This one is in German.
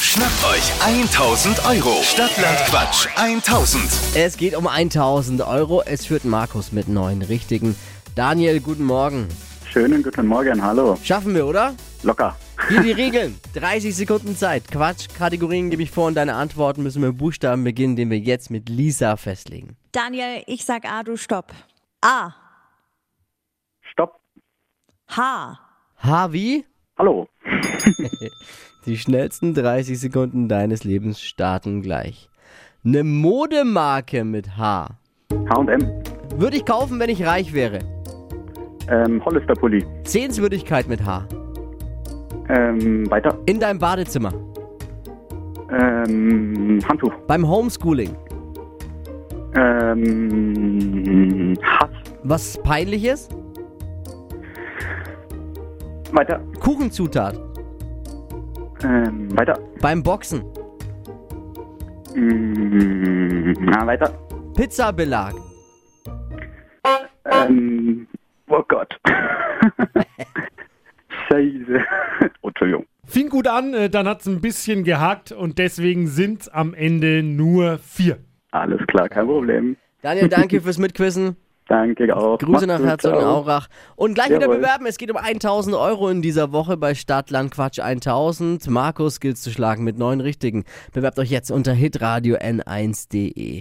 Schnappt euch 1000 Euro. Stadtland Quatsch 1000. Es geht um 1000 Euro. Es führt Markus mit neun richtigen. Daniel, guten Morgen. Schönen guten Morgen, hallo. Schaffen wir, oder? Locker. Hier die Regeln. 30 Sekunden Zeit. Quatsch, Kategorien gebe ich vor und deine Antworten müssen mit Buchstaben beginnen, den wir jetzt mit Lisa festlegen. Daniel, ich sag A, du stopp. A. Stopp. H. Harvey, Hallo. die schnellsten 30 Sekunden deines Lebens starten gleich. Eine Modemarke mit H. H&M. Würde ich kaufen, wenn ich reich wäre. Ähm, Hollister Pulli. Sehenswürdigkeit mit H. Ähm, weiter. In deinem Badezimmer. Ähm, Handtuch. Beim Homeschooling. Ähm, Hass. Was peinliches? Weiter. Kuchenzutat. Ähm, weiter. Beim Boxen. Ähm, na, weiter. Pizzabelag. Ähm, oh Gott. Scheiße. Oh, Entschuldigung. Fing gut an, äh, dann hat es ein bisschen gehakt und deswegen sind es am Ende nur vier. Alles klar, kein Problem. Daniel, danke fürs Mitquissen. Danke auch. Grüße Macht's nach gut, ciao. Herzogenaurach. Und gleich wieder Jawohl. bewerben. Es geht um 1000 Euro in dieser Woche bei Stadtland Quatsch 1000. Markus gilt zu schlagen mit neun richtigen. Bewerbt euch jetzt unter hitradio n1.de.